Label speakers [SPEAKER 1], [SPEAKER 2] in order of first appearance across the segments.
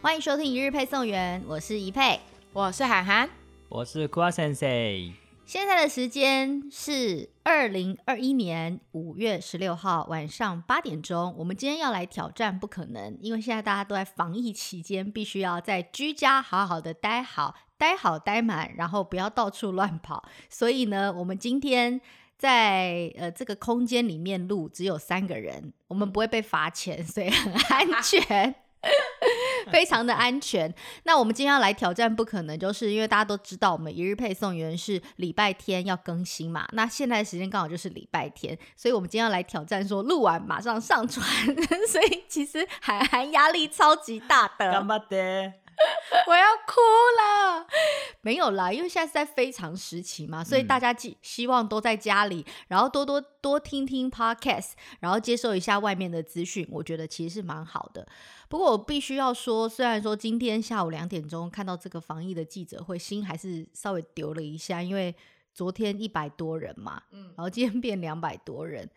[SPEAKER 1] 欢迎收听一日配送员，我是一佩。
[SPEAKER 2] 我是涵涵，
[SPEAKER 3] 我是 Kua Sensei，
[SPEAKER 1] 现在的时间是二零二一年五月十六号晚上八点钟。我们今天要来挑战不可能，因为现在大家都在防疫期间，必须要在居家好好的待好，待好待满，然后不要到处乱跑。所以呢，我们今天在呃这个空间里面录，只有三个人，我们不会被罚钱，所以很安全。 非常的安全，那我们今天要来挑战不可能，就是因为大家都知道，我们一日配送员是礼拜天要更新嘛。那现在的时间刚好就是礼拜天，所以我们今天要来挑战说录完马上上传。 所以其实韩寒压力超级大
[SPEAKER 3] 干
[SPEAKER 1] 的，
[SPEAKER 3] 巴爹，
[SPEAKER 2] 我要哭了。
[SPEAKER 1] 没有啦，因为现在是在非常时期嘛，所以大家希希望都在家里，然后多多多听听 podcast，然后接受一下外面的资讯，我觉得其实是蛮好的。不过我必须要说，虽然说今天下午两点钟看到这个防疫的记者会，心还是稍微丢了一下，因为昨天一百多人嘛，
[SPEAKER 2] 嗯
[SPEAKER 1] 然，后今天变两百多人，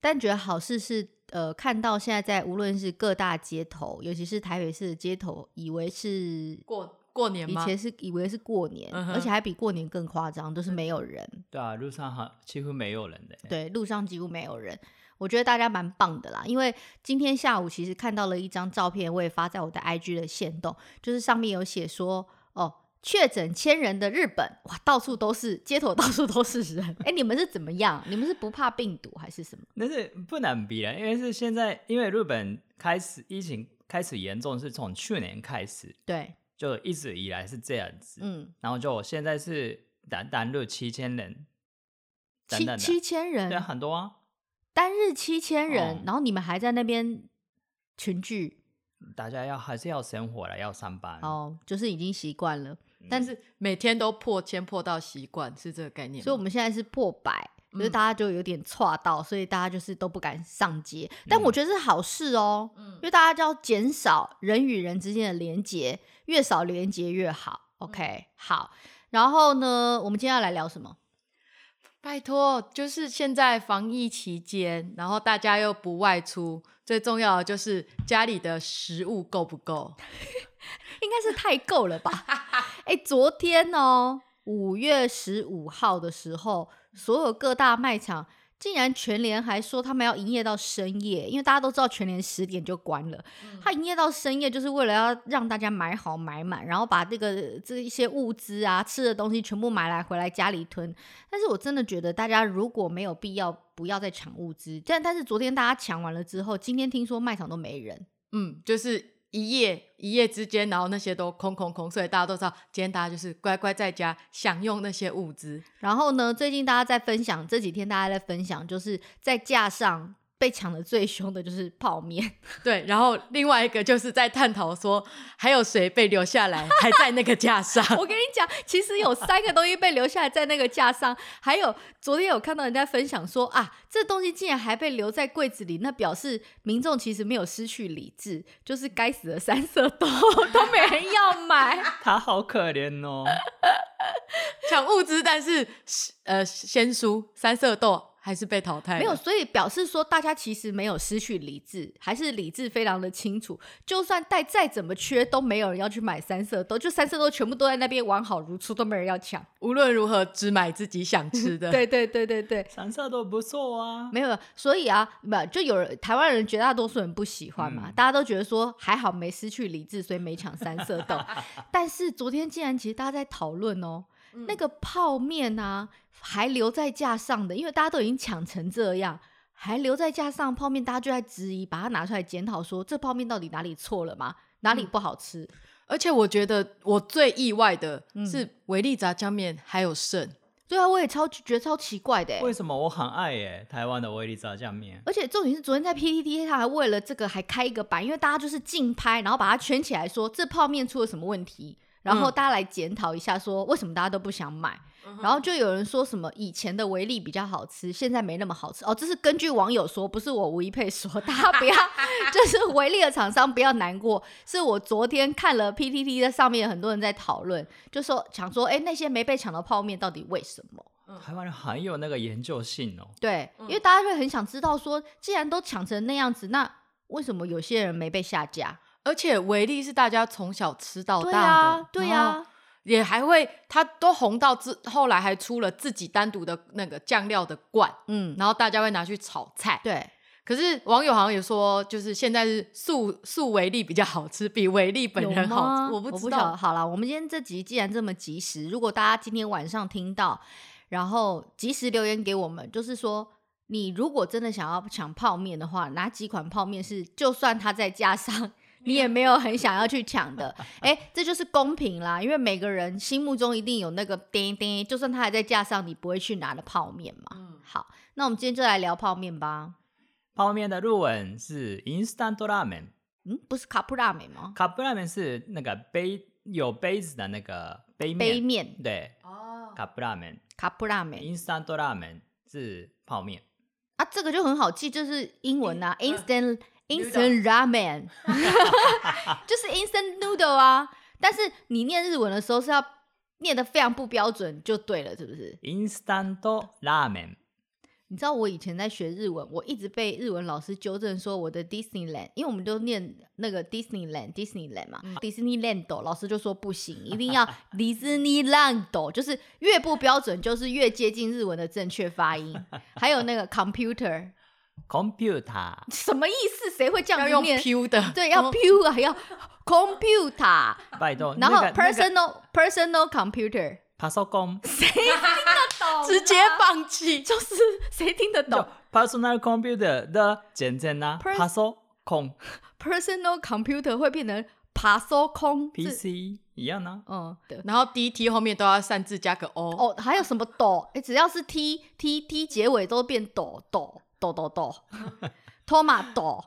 [SPEAKER 1] 但觉得好事是，呃，看到现在在无论是各大街头，尤其是台北市的街头，以为是
[SPEAKER 2] 过过年
[SPEAKER 1] 以
[SPEAKER 2] 吗？
[SPEAKER 1] 前是以为是过年，
[SPEAKER 2] 嗯哼
[SPEAKER 1] 而且还比过年更夸张，都是没有人，
[SPEAKER 3] 对啊，路上好几乎没有人的，
[SPEAKER 1] 对，路上几乎没有人。我觉得大家蛮棒的啦，因为今天下午其实看到了一张照片，我也发在我的 IG 的线动，就是上面有写说，哦，确诊千人的日本，哇，到处都是，街头到 处都是人。哎、你们是怎么样？你们是不怕病毒还是什么？
[SPEAKER 3] 但是不能比了，因为是现在，因为日本开始疫情开始严重是从去年开始，
[SPEAKER 1] 对，
[SPEAKER 3] 就一直以来是这样子，
[SPEAKER 1] 嗯，
[SPEAKER 3] 然后就现在是单单日七千人，等
[SPEAKER 1] 七
[SPEAKER 3] 等的
[SPEAKER 1] 七千人，
[SPEAKER 3] 对啊很多啊，
[SPEAKER 1] 单日七千人，
[SPEAKER 3] 哦
[SPEAKER 1] 然后你们还在那边群聚，
[SPEAKER 3] 大家要还是要生活了，要上班，
[SPEAKER 1] 哦，就是已经习惯了。
[SPEAKER 2] 但是每天都破千破到习惯，是这个概念吗。
[SPEAKER 1] 所以我们现在是破百，所以
[SPEAKER 2] 嗯
[SPEAKER 1] 大家就有点岔到，所以大家就是都不敢上街。但我觉得是好事哦，
[SPEAKER 2] 嗯
[SPEAKER 1] 因为大家就要减少人与人之间的连接，越少连接越好。OK，、好。然后呢，我们今天要来聊什么？
[SPEAKER 2] 拜托，就是现在防疫期间，然后大家又不外出，最重要的就是家里的食物够不够？
[SPEAKER 1] 应该是太够了吧？ 哎、昨天哦，五月十五号的时候，所有各大卖场竟然全联还说他们要营业到深夜，因为大家都知道全联十点就关了，他营业到深夜就是为了要让大家买好买满，然后把这个这一些物资啊、吃的东西全部买来回来家里囤。但是我真的觉得大家如果没有必要，不要再抢物资。但但是昨天大家抢完了之后，今天听说卖场都没人。
[SPEAKER 2] 嗯，就是一夜一夜之间，然后那些都空空空，所以大家都知道，今天大家就是乖乖在家享用那些物 资。
[SPEAKER 1] 然后呢，最近大家在分享，这几天大家在分享，就是在架上被抢的最凶的就是泡面，
[SPEAKER 2] 对，然后另外一个就是在探讨说，还有谁被留下来，还在那个架上？
[SPEAKER 1] 我跟你讲，其实有三个东西被留下来在那个架上，还有昨天有看到人家分享说啊，这东西竟然还被留在柜子里，那表示民众其实没有失去理智，就是该死的三色豆 都没人要买。
[SPEAKER 3] 他好可怜哦，
[SPEAKER 2] 抢物资，但是呃，先输三色豆还是被淘汰了。
[SPEAKER 1] 没有，所以表示说大家其实没有失去理智，还是理智非常的清楚。就算带再怎么缺，都没有人要去买三色豆，就三色豆全部都在那边完好如初，都没人要抢。
[SPEAKER 2] 无论如何只买自己想吃 的。，
[SPEAKER 1] 对对对对对，
[SPEAKER 3] 三色都不错啊，
[SPEAKER 1] 没有，所以啊，不就有人台湾人绝大多数人不喜欢嘛，
[SPEAKER 3] 嗯
[SPEAKER 1] 大家都觉得说还好没失去理智，所以没抢三色 豆。但是昨天竟然其实大家在讨论哦，
[SPEAKER 3] 嗯
[SPEAKER 1] 那个泡面啊还留在架上的，因为大家都已经抢成这样。还留在架上泡面，大家就在质疑，把它拿出来检讨，说这泡面到底哪里错了吗？哪
[SPEAKER 3] 嗯
[SPEAKER 1] 里不好吃？
[SPEAKER 2] 而且我觉得我最意外的
[SPEAKER 1] 嗯
[SPEAKER 2] 是维力炸酱面还有剩，
[SPEAKER 1] 对啊，我也超觉得超奇怪的欸、
[SPEAKER 3] 为什么我很爱耶、台湾的威力炸酱面？
[SPEAKER 1] 而且重点是，昨天在 PTT 他还为了这个还开一个版，因为大家就是竞拍，然后把它圈起来说这泡面出了什么问题，然后
[SPEAKER 2] 嗯
[SPEAKER 1] 大家来检讨一下，说为什么大家都不想买。然后就有人说什么以前的维力比较好吃，现在没那么好吃哦。这是根据网友说，不是我吴一佩说，大家不要就是维力的厂商不要难过。是我昨天看了 PTT 在上面很多人在讨论，就说想说，哎，那些没被抢到泡面到底为什么？
[SPEAKER 3] 台湾人很有那个研究性哦。
[SPEAKER 1] 对，因为大家会很想知道说，既然都抢成那样子，那为什么有些人没被下架？
[SPEAKER 2] 而且维力是大家从小吃到大
[SPEAKER 1] 对
[SPEAKER 2] 的，
[SPEAKER 1] 啊，对
[SPEAKER 2] 然后
[SPEAKER 1] 啊，
[SPEAKER 2] 也还会，它都红到之后来还出了自己单独的那个酱料的罐，
[SPEAKER 1] 嗯，
[SPEAKER 2] 然后大家会拿去炒菜。
[SPEAKER 1] 对，
[SPEAKER 2] 可是网友好像也说，就是现在是素素维力比较好吃，比维力本
[SPEAKER 1] 有
[SPEAKER 2] 人好
[SPEAKER 1] 吗
[SPEAKER 2] 吃。我
[SPEAKER 1] 不
[SPEAKER 2] 不知
[SPEAKER 1] 晓得
[SPEAKER 2] 道，
[SPEAKER 1] 好了，我们今天这集既然这么及时，如果大家今天晚上听到，然后及时留言给我们，就是说。你如果真的想要抢泡面的话，哪几款泡面是就算它再加 上，你也没有很想要去抢的？哎、这就是公平啦，因为每个人心目中一定有那个叮叮，就算它还在架上，你不会去拿的泡面嘛。
[SPEAKER 2] 嗯
[SPEAKER 1] 好，那我们今天就来聊泡面吧。
[SPEAKER 3] 泡面的日文是 instant ramen，
[SPEAKER 1] 嗯，不是卡布拉美吗？
[SPEAKER 3] カップラーメン是那个杯有杯子的那个杯面，
[SPEAKER 1] 杯面
[SPEAKER 3] 对，
[SPEAKER 2] 哦，
[SPEAKER 3] カップラーメン
[SPEAKER 1] 卡布拉美
[SPEAKER 3] instant ramen 是泡面，
[SPEAKER 1] 啊，这个就很好记，就是英文啊
[SPEAKER 2] 嗯
[SPEAKER 1] ，instant
[SPEAKER 2] Noodle
[SPEAKER 1] instant ramen，就是 instant noodle 啊。但是你念日文的时候是要念的非常不标准就对了，是不是？
[SPEAKER 3] instant ramen
[SPEAKER 1] 你知道我以前在学日文，我一直被日文老师纠正说我的 Disneyland，因为我们都念那个 Disneyland Disneyland 嘛、d
[SPEAKER 2] 嗯
[SPEAKER 1] i s n e y l a n d 老师就说不行，一 定要 Disneyland，就是越不标准就是越接近日文的正确发音。还有那个 computer，
[SPEAKER 3] computer
[SPEAKER 1] 什么意思？谁会这样
[SPEAKER 2] 要
[SPEAKER 1] 子
[SPEAKER 2] 用
[SPEAKER 1] 念
[SPEAKER 2] Q 的，
[SPEAKER 1] 对，
[SPEAKER 3] 哦
[SPEAKER 1] 要 pu 啊，要 computer，
[SPEAKER 3] 拜托，
[SPEAKER 1] 然后
[SPEAKER 3] 哦那个
[SPEAKER 1] personal personal computer，
[SPEAKER 3] パソコン
[SPEAKER 2] 直接放弃，
[SPEAKER 1] 就是谁听得
[SPEAKER 3] 就
[SPEAKER 1] 懂
[SPEAKER 3] personal computer 的简称呢、啊、
[SPEAKER 1] Pers-
[SPEAKER 3] パソ コン
[SPEAKER 1] personal computer 会变成爬搜空这
[SPEAKER 3] PC 一样呢、
[SPEAKER 1] 嗯的。
[SPEAKER 2] 然后 D T 后面都要擅自加个 O。
[SPEAKER 1] 哦，还有什么抖？哎，只要是 t t t 结尾都变抖抖抖抖 抖，托马抖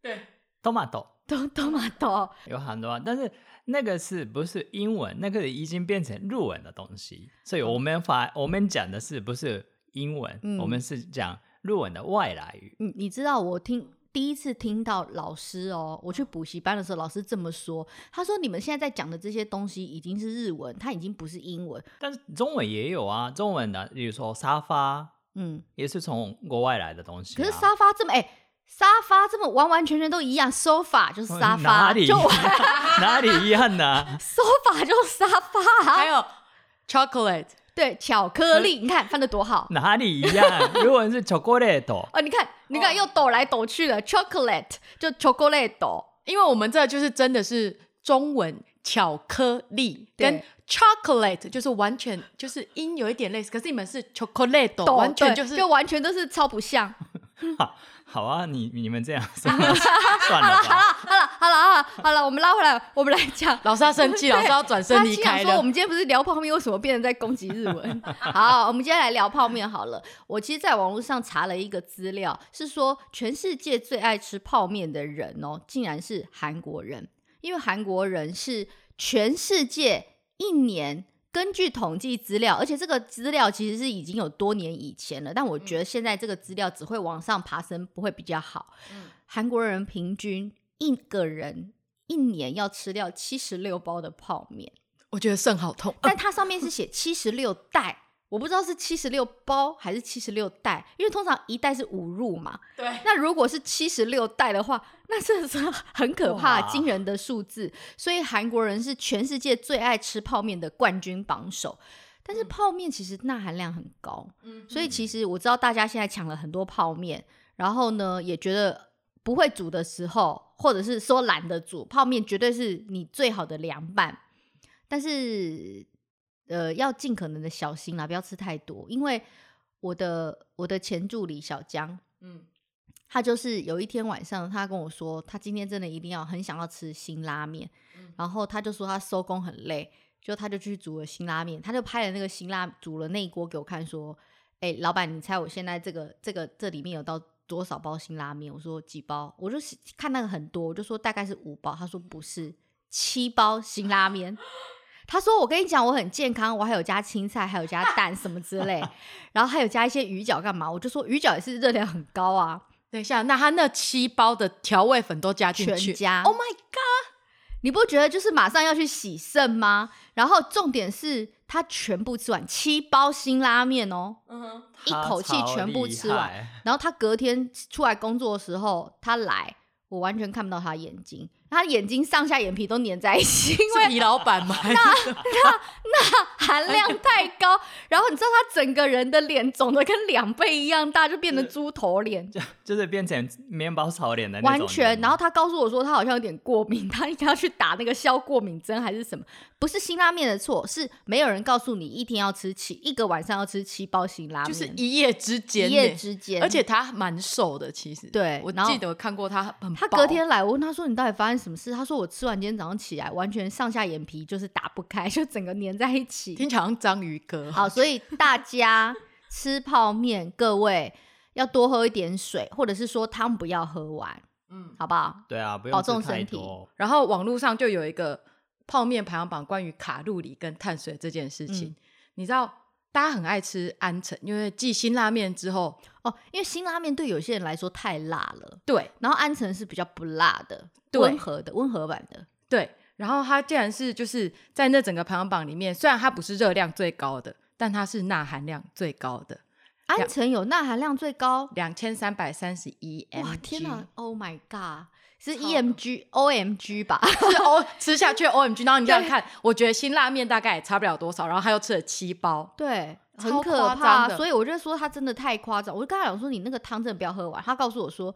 [SPEAKER 2] 对，
[SPEAKER 3] トマト
[SPEAKER 1] 都托马抖。
[SPEAKER 3] 有很多啊，但是那个是不是英文？那个已经变成日文的东西，所以
[SPEAKER 1] 哦
[SPEAKER 3] 我们法我们讲的是不是英文？
[SPEAKER 1] 嗯
[SPEAKER 3] 我们是讲日文的外来语。
[SPEAKER 1] 嗯，你知道我听第一次听到老师哦，我去补习班的时候，老师这么说，他说你们现在在讲的这些东西已经是日文，它已经不是英文。
[SPEAKER 3] 但是中文也有啊，中文的，比如说沙发
[SPEAKER 1] 嗯，
[SPEAKER 3] 也是从国外来的东西、啊。
[SPEAKER 1] 可是沙发这么哎、沙发这么完完全全都一样，sofa 就是
[SPEAKER 3] 嗯
[SPEAKER 1] 沙
[SPEAKER 3] 哪
[SPEAKER 1] 发，
[SPEAKER 3] 里
[SPEAKER 1] 就
[SPEAKER 3] 哪里一样呢、啊？
[SPEAKER 1] sofa 就是沙发、
[SPEAKER 2] 还
[SPEAKER 1] 啊，
[SPEAKER 2] 有 chocolate，
[SPEAKER 1] 对，巧克力，你看翻的多
[SPEAKER 2] 嗯
[SPEAKER 1] 好
[SPEAKER 3] 哪里一样？日文是 chocolate，
[SPEAKER 1] 哦！你看，你看，
[SPEAKER 2] 哦
[SPEAKER 1] 又抖来抖去的，chocolate 就 chocolate 抖，
[SPEAKER 2] 因为我们这就是真的是中文巧克力
[SPEAKER 1] 对
[SPEAKER 2] 跟 chocolate 就是完全就是音有一点类似，可是你们是 chocolate，
[SPEAKER 1] 抖
[SPEAKER 2] 完全
[SPEAKER 1] 对
[SPEAKER 2] 就是
[SPEAKER 1] 就完全都是超不像。啊
[SPEAKER 3] 好啊，你你们这样算了吧。
[SPEAKER 1] 好了，好了，好了，好了，我们拉回来，我们来讲。
[SPEAKER 2] 老师要生气，老师要转身
[SPEAKER 1] 他
[SPEAKER 2] 离
[SPEAKER 1] 竟然
[SPEAKER 2] 开
[SPEAKER 1] 说我
[SPEAKER 2] 了。
[SPEAKER 1] 们今天不是聊泡面，为什么变成在攻击日 文？好，我们今天来聊泡面好了。我其实在网络上查了一个资料，是说全世界最爱吃泡面的人哦，竟然是韩国人，因为韩国人是全世界一年。根据统计资料，而且这个资料其实是已经有多年以前了，但我觉得现在这个资料只会往上爬升，不会比较好。
[SPEAKER 2] 嗯
[SPEAKER 1] 韩国人平均一个人一年要吃掉七十六包的泡面，
[SPEAKER 2] 我觉得肾好痛，啊
[SPEAKER 1] 但它上面是写七十六袋，我不知道是七十六包还是七十六袋，因为通常一袋是五入嘛。
[SPEAKER 2] 对，
[SPEAKER 1] 那如果是七十六袋的话，那真的是 很可怕、
[SPEAKER 3] 哇
[SPEAKER 1] 惊人的数字。所以韩国人是全世界最爱吃泡面的冠军榜首。但是泡面其实钠含量很高，
[SPEAKER 2] 嗯
[SPEAKER 1] 所以其实我知道大家现在抢了很多泡面，然后呢也觉得不会煮的时候，或者是说懒得煮，泡面绝对是你最好的凉拌。但是呃，要尽可能的小心啦，不要吃太多，因为我的我的前助理小江，
[SPEAKER 2] 嗯，
[SPEAKER 1] 他就是有一天晚上，他跟我说，他今天真的一定要很想要吃辛拉面，
[SPEAKER 2] 嗯
[SPEAKER 1] 然后他就说他收工很累，就他就去煮了辛拉面，他就拍了那个辛拉煮了那一锅给我看，说，哎、老板，你猜我现在这个这个这里面有到多少包辛拉面？我说几包，我就是看那个很多，我就说大概是五包，他说不是，七包辛拉面。他说：“我跟你讲，我很健康，我还有加青菜，还有加蛋什么之类，然后还有加一些鱼饺干嘛？我就说鱼饺也是热量很高啊。
[SPEAKER 2] 等一下，那他那七包的调味粉都加进去
[SPEAKER 1] 全，家。
[SPEAKER 2] Oh my god！
[SPEAKER 1] 你不觉得就是马上要去洗肾吗？然后重点是他全部吃完七包辛拉面哦，
[SPEAKER 2] 嗯，
[SPEAKER 1] 一口气全部吃完。
[SPEAKER 3] 他超厉害。
[SPEAKER 1] 然后他隔天出来工作的时候，他来我完全看不到他眼睛，他眼睛上下眼皮都粘在一起， 因
[SPEAKER 2] 是
[SPEAKER 1] 为
[SPEAKER 2] 你老板吗？
[SPEAKER 1] 含量太高。然后你知道他整个人的脸肿的跟两倍一样大，就变成猪头脸，
[SPEAKER 3] 就就是变成面包炒脸的那种
[SPEAKER 1] 完全。
[SPEAKER 3] 人
[SPEAKER 1] 然后他告诉我说他好像有点过敏， 他应该要去打那个消过敏针还是什么？不是辛拉面的错，是没有人告诉你一天要吃七，一个晚上要吃七包辛拉面，
[SPEAKER 2] 就是一夜之间
[SPEAKER 1] 一
[SPEAKER 2] 呢，
[SPEAKER 1] 夜之间，
[SPEAKER 2] 而且他蛮瘦的，其实。
[SPEAKER 1] 对
[SPEAKER 2] 我
[SPEAKER 1] 然后
[SPEAKER 2] 记得我看过他很
[SPEAKER 1] 他
[SPEAKER 2] 薄
[SPEAKER 1] 隔天来，我问他说：“你到底发生什么事？”他说：“我吃完今天早上起来，完全上下眼皮就是打不开， 就整个粘在一起。
[SPEAKER 2] 听起来像章鱼哥”，
[SPEAKER 1] 好，所以大 家吃泡面，各位要多喝一点水，或者是说汤不要喝完，
[SPEAKER 2] 嗯。
[SPEAKER 1] 好不好？
[SPEAKER 3] 对啊，不
[SPEAKER 1] 保
[SPEAKER 3] 用
[SPEAKER 1] 重
[SPEAKER 3] 吃太
[SPEAKER 1] 身体
[SPEAKER 3] 多。
[SPEAKER 2] 然后网络上就有一个泡面排行榜关于卡路里跟碳水这件事情，
[SPEAKER 1] 嗯
[SPEAKER 2] 你知道大家很爱吃安城，因为继辛拉面之后，
[SPEAKER 1] 哦，因为辛拉面对有些人来说太辣了，
[SPEAKER 2] 对
[SPEAKER 1] 然后安城是比较不辣的，
[SPEAKER 2] 对
[SPEAKER 1] 温和的，温和版的。
[SPEAKER 2] 对，然后它竟然是就是在那整个排行榜里面，虽然它不是热量最高的，但它是钠含量最高的，
[SPEAKER 1] 安城有钠含量最高，
[SPEAKER 2] 两千三百三十一 mg。
[SPEAKER 1] 哇，天哪！Oh my god，是 E
[SPEAKER 2] 超高
[SPEAKER 1] EMG、OMG 吧？
[SPEAKER 2] 是 O 吃下 去 OMG，然后你这样看，我觉得辛拉面大概也差不了多少，然后他又吃了七包，
[SPEAKER 1] 对，很
[SPEAKER 2] 超
[SPEAKER 1] 可
[SPEAKER 2] 夸
[SPEAKER 1] 怕。
[SPEAKER 2] 张的
[SPEAKER 1] 所以我就说他真的太夸张。我就跟他讲说，你那个汤真的不要喝完。他告诉我说，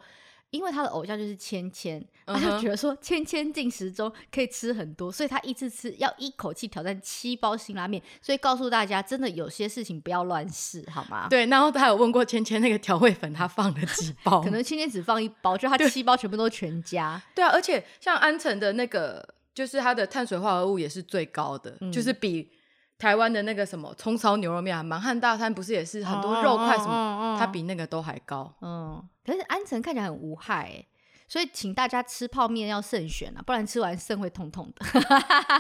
[SPEAKER 1] 因为他的偶像就是芊芊，他
[SPEAKER 2] 嗯
[SPEAKER 1] 就
[SPEAKER 2] 哼
[SPEAKER 1] 觉得说芊芊进食中可以吃很多，所以他一次吃要一口气挑战七包辛拉面。所以告诉大家，真的有些事情不要乱试，好吗？，
[SPEAKER 2] 对，然后他有问过芊芊那个调味粉他放了 几包，
[SPEAKER 1] 可能芊芊只放一包，就他七包全部都全家。
[SPEAKER 2] 对啊，而且像安城的那个，就是它的碳水化合物也是最高的，
[SPEAKER 1] 嗯
[SPEAKER 2] 就是比台湾的那个什么葱烧牛肉面啊，满汉大餐不是也是很多
[SPEAKER 1] 哦
[SPEAKER 2] 肉块什么，
[SPEAKER 1] 哦哦
[SPEAKER 2] 它比那个都还高。
[SPEAKER 1] 嗯，可是安城看起来很无害、欸，所以请大家吃泡面要慎选啊，不然吃完肾会痛痛的。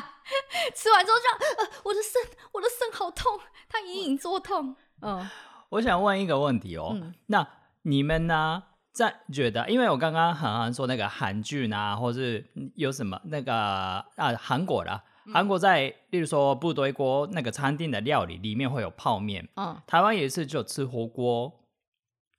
[SPEAKER 1] 吃完之后就呃，我的肾，我的肾好痛，它隐隐作痛。嗯，
[SPEAKER 3] 我想问一个问题哦，
[SPEAKER 1] 嗯
[SPEAKER 3] 那你们呢？在觉得，因为我刚刚很常说那个韩剧呢，或是有什么那个啊韩国的啊，
[SPEAKER 1] 嗯
[SPEAKER 3] 韩国在例如说部队锅那个餐厅的料理里面会有泡面，
[SPEAKER 1] 嗯，
[SPEAKER 3] 台湾也是就吃火锅
[SPEAKER 1] 哦，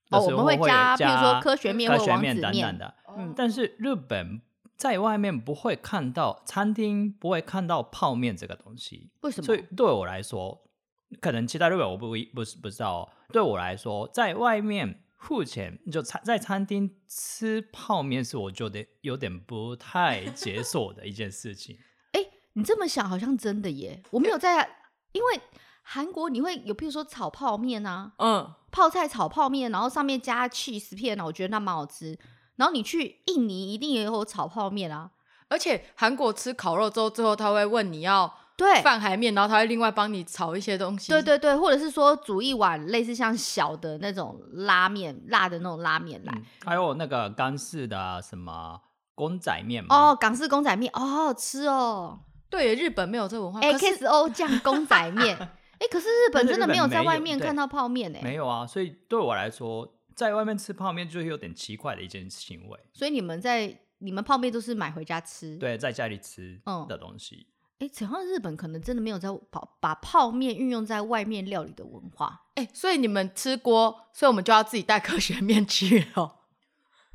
[SPEAKER 3] 的
[SPEAKER 1] 我
[SPEAKER 3] 时候
[SPEAKER 1] 们
[SPEAKER 3] 会
[SPEAKER 1] 会加，
[SPEAKER 3] 比
[SPEAKER 1] 譬如说科学面
[SPEAKER 3] 科
[SPEAKER 1] 或
[SPEAKER 3] 学
[SPEAKER 1] 王
[SPEAKER 3] 面
[SPEAKER 1] 子
[SPEAKER 3] 等
[SPEAKER 1] 面
[SPEAKER 3] 等。的，
[SPEAKER 1] 嗯
[SPEAKER 3] 但是日本在外面不会看到餐厅不会看到泡面这个东西，
[SPEAKER 1] 为什么
[SPEAKER 3] 所以对我来说，可能其他日本我不一不是不知道、哦。对我来说，在外面付钱就餐在餐厅吃泡面是我觉得有点不太接受的一件 事情。
[SPEAKER 1] 你这么想，好像真的耶。我没有在，因为韩国你会有，譬如说炒泡面啊，
[SPEAKER 2] 嗯，
[SPEAKER 1] 泡菜炒泡面，然后上面加 cheese 片啊，我觉得那蛮好吃。然后你去印尼一定也有炒泡面啊，
[SPEAKER 2] 而且韩国吃烤肉之后，最后他会问你要
[SPEAKER 1] 对，
[SPEAKER 2] 饭还面，然后他会另外帮你炒一些东西。
[SPEAKER 1] 对对对，或者是说煮一碗类似像小的那种拉面，辣的那种拉面来。
[SPEAKER 3] 嗯还有那个干式的啊什么公仔面嘛，
[SPEAKER 1] 哦，港式公仔面，哦，好好吃哦。
[SPEAKER 2] 对耶，日本没有这
[SPEAKER 3] 哦
[SPEAKER 2] 文化。
[SPEAKER 1] 哎
[SPEAKER 2] 可是
[SPEAKER 1] ，KSO 酱公仔 面，哎，可是日本
[SPEAKER 3] 但是
[SPEAKER 1] 真的
[SPEAKER 3] 日本
[SPEAKER 1] 没有在
[SPEAKER 3] 没
[SPEAKER 1] 外
[SPEAKER 3] 有
[SPEAKER 1] 面
[SPEAKER 3] 对
[SPEAKER 1] 看到泡面哎，
[SPEAKER 3] 没有啊，所以对我来说，在外面吃泡面就是有点奇怪的一件行为。
[SPEAKER 1] 所以你们在你们泡面都是买回家吃。，
[SPEAKER 3] 对，在家里吃
[SPEAKER 1] 嗯
[SPEAKER 3] 的东西。
[SPEAKER 1] 哎，好像日本可能真的没有在把把泡面运用在外面料理的文化。
[SPEAKER 2] 哎、所以你们吃锅，所以我们就要自己带科学面去哦了。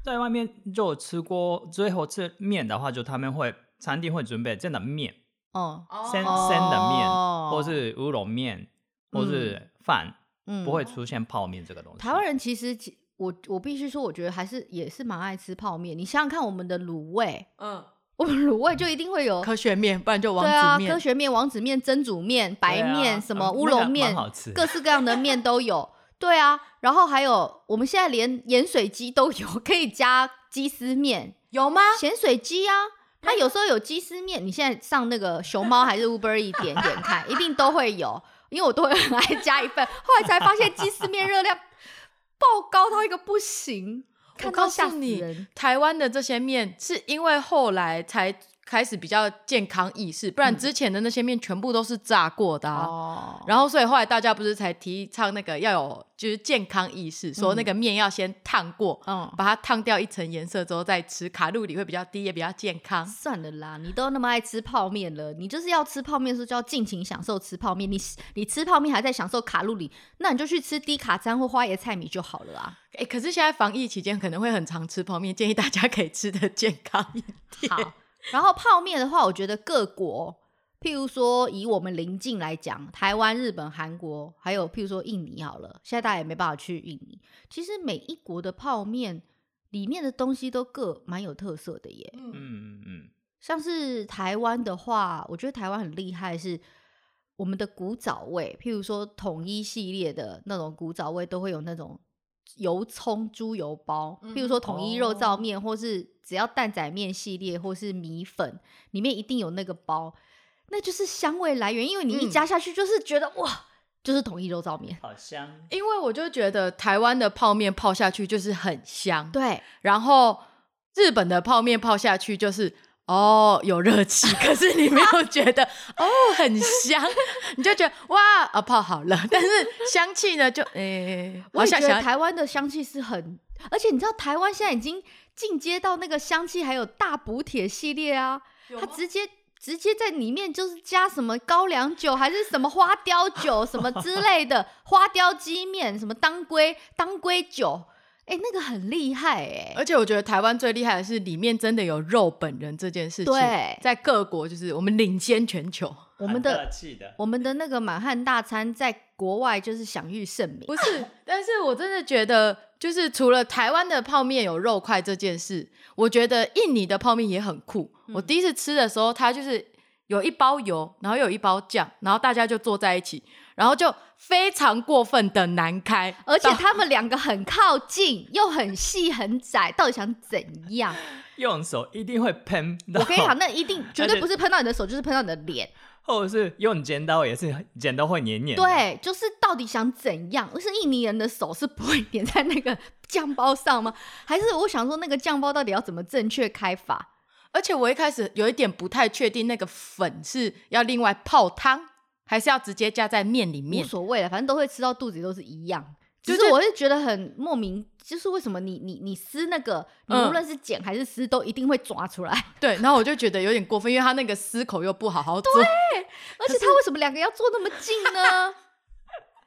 [SPEAKER 3] 在外面就有吃过，最后吃面的话，就他们会餐厅会准备这样的面，
[SPEAKER 1] 哦，
[SPEAKER 3] 生生
[SPEAKER 1] 哦
[SPEAKER 3] 的面，或是乌龙面，或是饭，
[SPEAKER 1] 嗯，
[SPEAKER 3] 不会出现泡面这个东西。
[SPEAKER 1] 台湾人其实其，我我必须说，我觉得还是也是蛮爱吃泡面。你想想看，我们的卤味，
[SPEAKER 2] 嗯，
[SPEAKER 1] 我们卤味就一定会有
[SPEAKER 2] 科学面，不然就王
[SPEAKER 1] 对啊，
[SPEAKER 2] 子
[SPEAKER 1] 科
[SPEAKER 2] 面。
[SPEAKER 1] 学面、王子面、蒸煮面、白
[SPEAKER 3] 对啊
[SPEAKER 1] 面、
[SPEAKER 3] 嗯
[SPEAKER 1] 什么
[SPEAKER 3] 那个
[SPEAKER 1] 乌龙面，
[SPEAKER 3] 蛮好吃
[SPEAKER 1] 各式各样的面都有。对啊，然后还有我们现在连盐水鸡都有，可以加鸡丝面、
[SPEAKER 2] 有吗？
[SPEAKER 1] 咸水鸡啊。它有时候有鸡丝面，你现在上那个熊猫还是 Uber E 点点看，一定都会有，因为我都会很爱加一份。后来才发现鸡丝面热量爆高到一个不行，看到
[SPEAKER 2] 告诉
[SPEAKER 1] 吓死
[SPEAKER 2] 你
[SPEAKER 1] 人。
[SPEAKER 2] 台湾的这些面是因为后来才开始比较健康意识，不然之前的那些面全部都是炸过的、啊。
[SPEAKER 1] 嗯哦，
[SPEAKER 2] 然后，所以后来大家不是才提倡那个要有就是健康意识，说那个面要先烫过，
[SPEAKER 1] 嗯
[SPEAKER 2] 把它烫掉一层颜色之后再吃，卡路里会比较低，也比较健康。
[SPEAKER 1] 算了啦，你都那么爱吃泡面了，你就是要吃泡面的时候就要尽情享受吃泡面。你你吃泡面还在享受卡路里，那你就去吃低卡餐或花椰菜米就好了啊。
[SPEAKER 2] 哎、可是现在防疫期间可能会很常吃泡面，建议大家可以吃的健康一点。
[SPEAKER 1] 好，然后泡面的话，我觉得各国，譬如说以我们邻近来讲，台湾、日本、韩国，还有譬如说印尼好了，现在大家也没办法去印尼。其实每一国的泡面里面的东西都各蛮有特色的耶。
[SPEAKER 2] 嗯，
[SPEAKER 3] 嗯嗯嗯，
[SPEAKER 1] 像是台湾的话，我觉得台湾很厉害是。我们的古早味，譬如说统一系列的那种古早味，都会有那种油葱猪油包，譬
[SPEAKER 2] 嗯
[SPEAKER 1] 如说统一肉
[SPEAKER 2] 哦
[SPEAKER 1] 燥面，或是只要蛋仔面系列，或是米粉，里面一定有那个包，那就是香味来源。因为你一
[SPEAKER 2] 嗯
[SPEAKER 1] 加下去，就是觉得、哇，就是统一肉燥面。
[SPEAKER 3] 好香。
[SPEAKER 2] 因为我就觉得台湾的泡面泡下去就是很香，
[SPEAKER 1] 对，
[SPEAKER 2] 然后日本的泡面泡下去就是。哦，有热气，可是你没有觉得哦很香，你就觉得哇啊泡好了，但是香气呢就诶、
[SPEAKER 1] 我也
[SPEAKER 2] 想
[SPEAKER 1] 觉
[SPEAKER 2] 想
[SPEAKER 1] 得台湾的香气是很，而且你知道台湾现在已经进阶到那个香气，还有大补铁系列啊，它直接直接在里面就是加什么高粱酒，还是什么花雕酒什么 之类的，花雕鸡面，什么当归当归酒，哎、那个很厉害哎、
[SPEAKER 2] 而且我觉得台湾最厉害的是里面真的有肉本人这件事情，
[SPEAKER 1] 对
[SPEAKER 2] 在各国就是我们领先全球，
[SPEAKER 1] 我们
[SPEAKER 3] 很
[SPEAKER 1] 的
[SPEAKER 3] 客气的，
[SPEAKER 1] 我们的那个满汉大餐在国外就是享誉盛名，
[SPEAKER 2] 不是？但是我真的觉得，就是除了台湾的泡面有肉块这件事，我觉得印尼的泡面也很酷。
[SPEAKER 1] 嗯
[SPEAKER 2] 我第一次吃的时候，它就是有一包油，然后有一包酱，然后大家就坐在一起，然后就非常过分的难开，
[SPEAKER 1] 而且他们两个很靠近，又很细很窄，到底想怎 样？
[SPEAKER 3] 用手一定会喷到。
[SPEAKER 1] 我跟你讲，那一定绝
[SPEAKER 3] 而
[SPEAKER 1] 对
[SPEAKER 3] 且
[SPEAKER 1] 不是喷到你的手，就是喷到你的脸。
[SPEAKER 3] 或者是用剪刀也是，剪刀会黏黏的。
[SPEAKER 1] 对，就是到底想怎样？是印尼人的手是不会粘在那个 酱包上吗？还是我想说那个酱包到底要怎么正确开法？
[SPEAKER 2] 而且我一开始有一点不太确定，那个粉是要另外泡汤，还是要直接加在面里
[SPEAKER 1] 无
[SPEAKER 2] 面？
[SPEAKER 1] 所谓了，反正都会吃到肚子里都是一样。只
[SPEAKER 2] 就是
[SPEAKER 1] 是我是觉得很莫名，就是为什么你你你撕那个，你
[SPEAKER 2] 嗯
[SPEAKER 1] 无论是剪还是撕，都一定会抓出来。
[SPEAKER 2] 对，然后我就觉得有点过分，因为他那个丝口又不好好做。
[SPEAKER 1] 而且他为什么两个要坐那么近呢？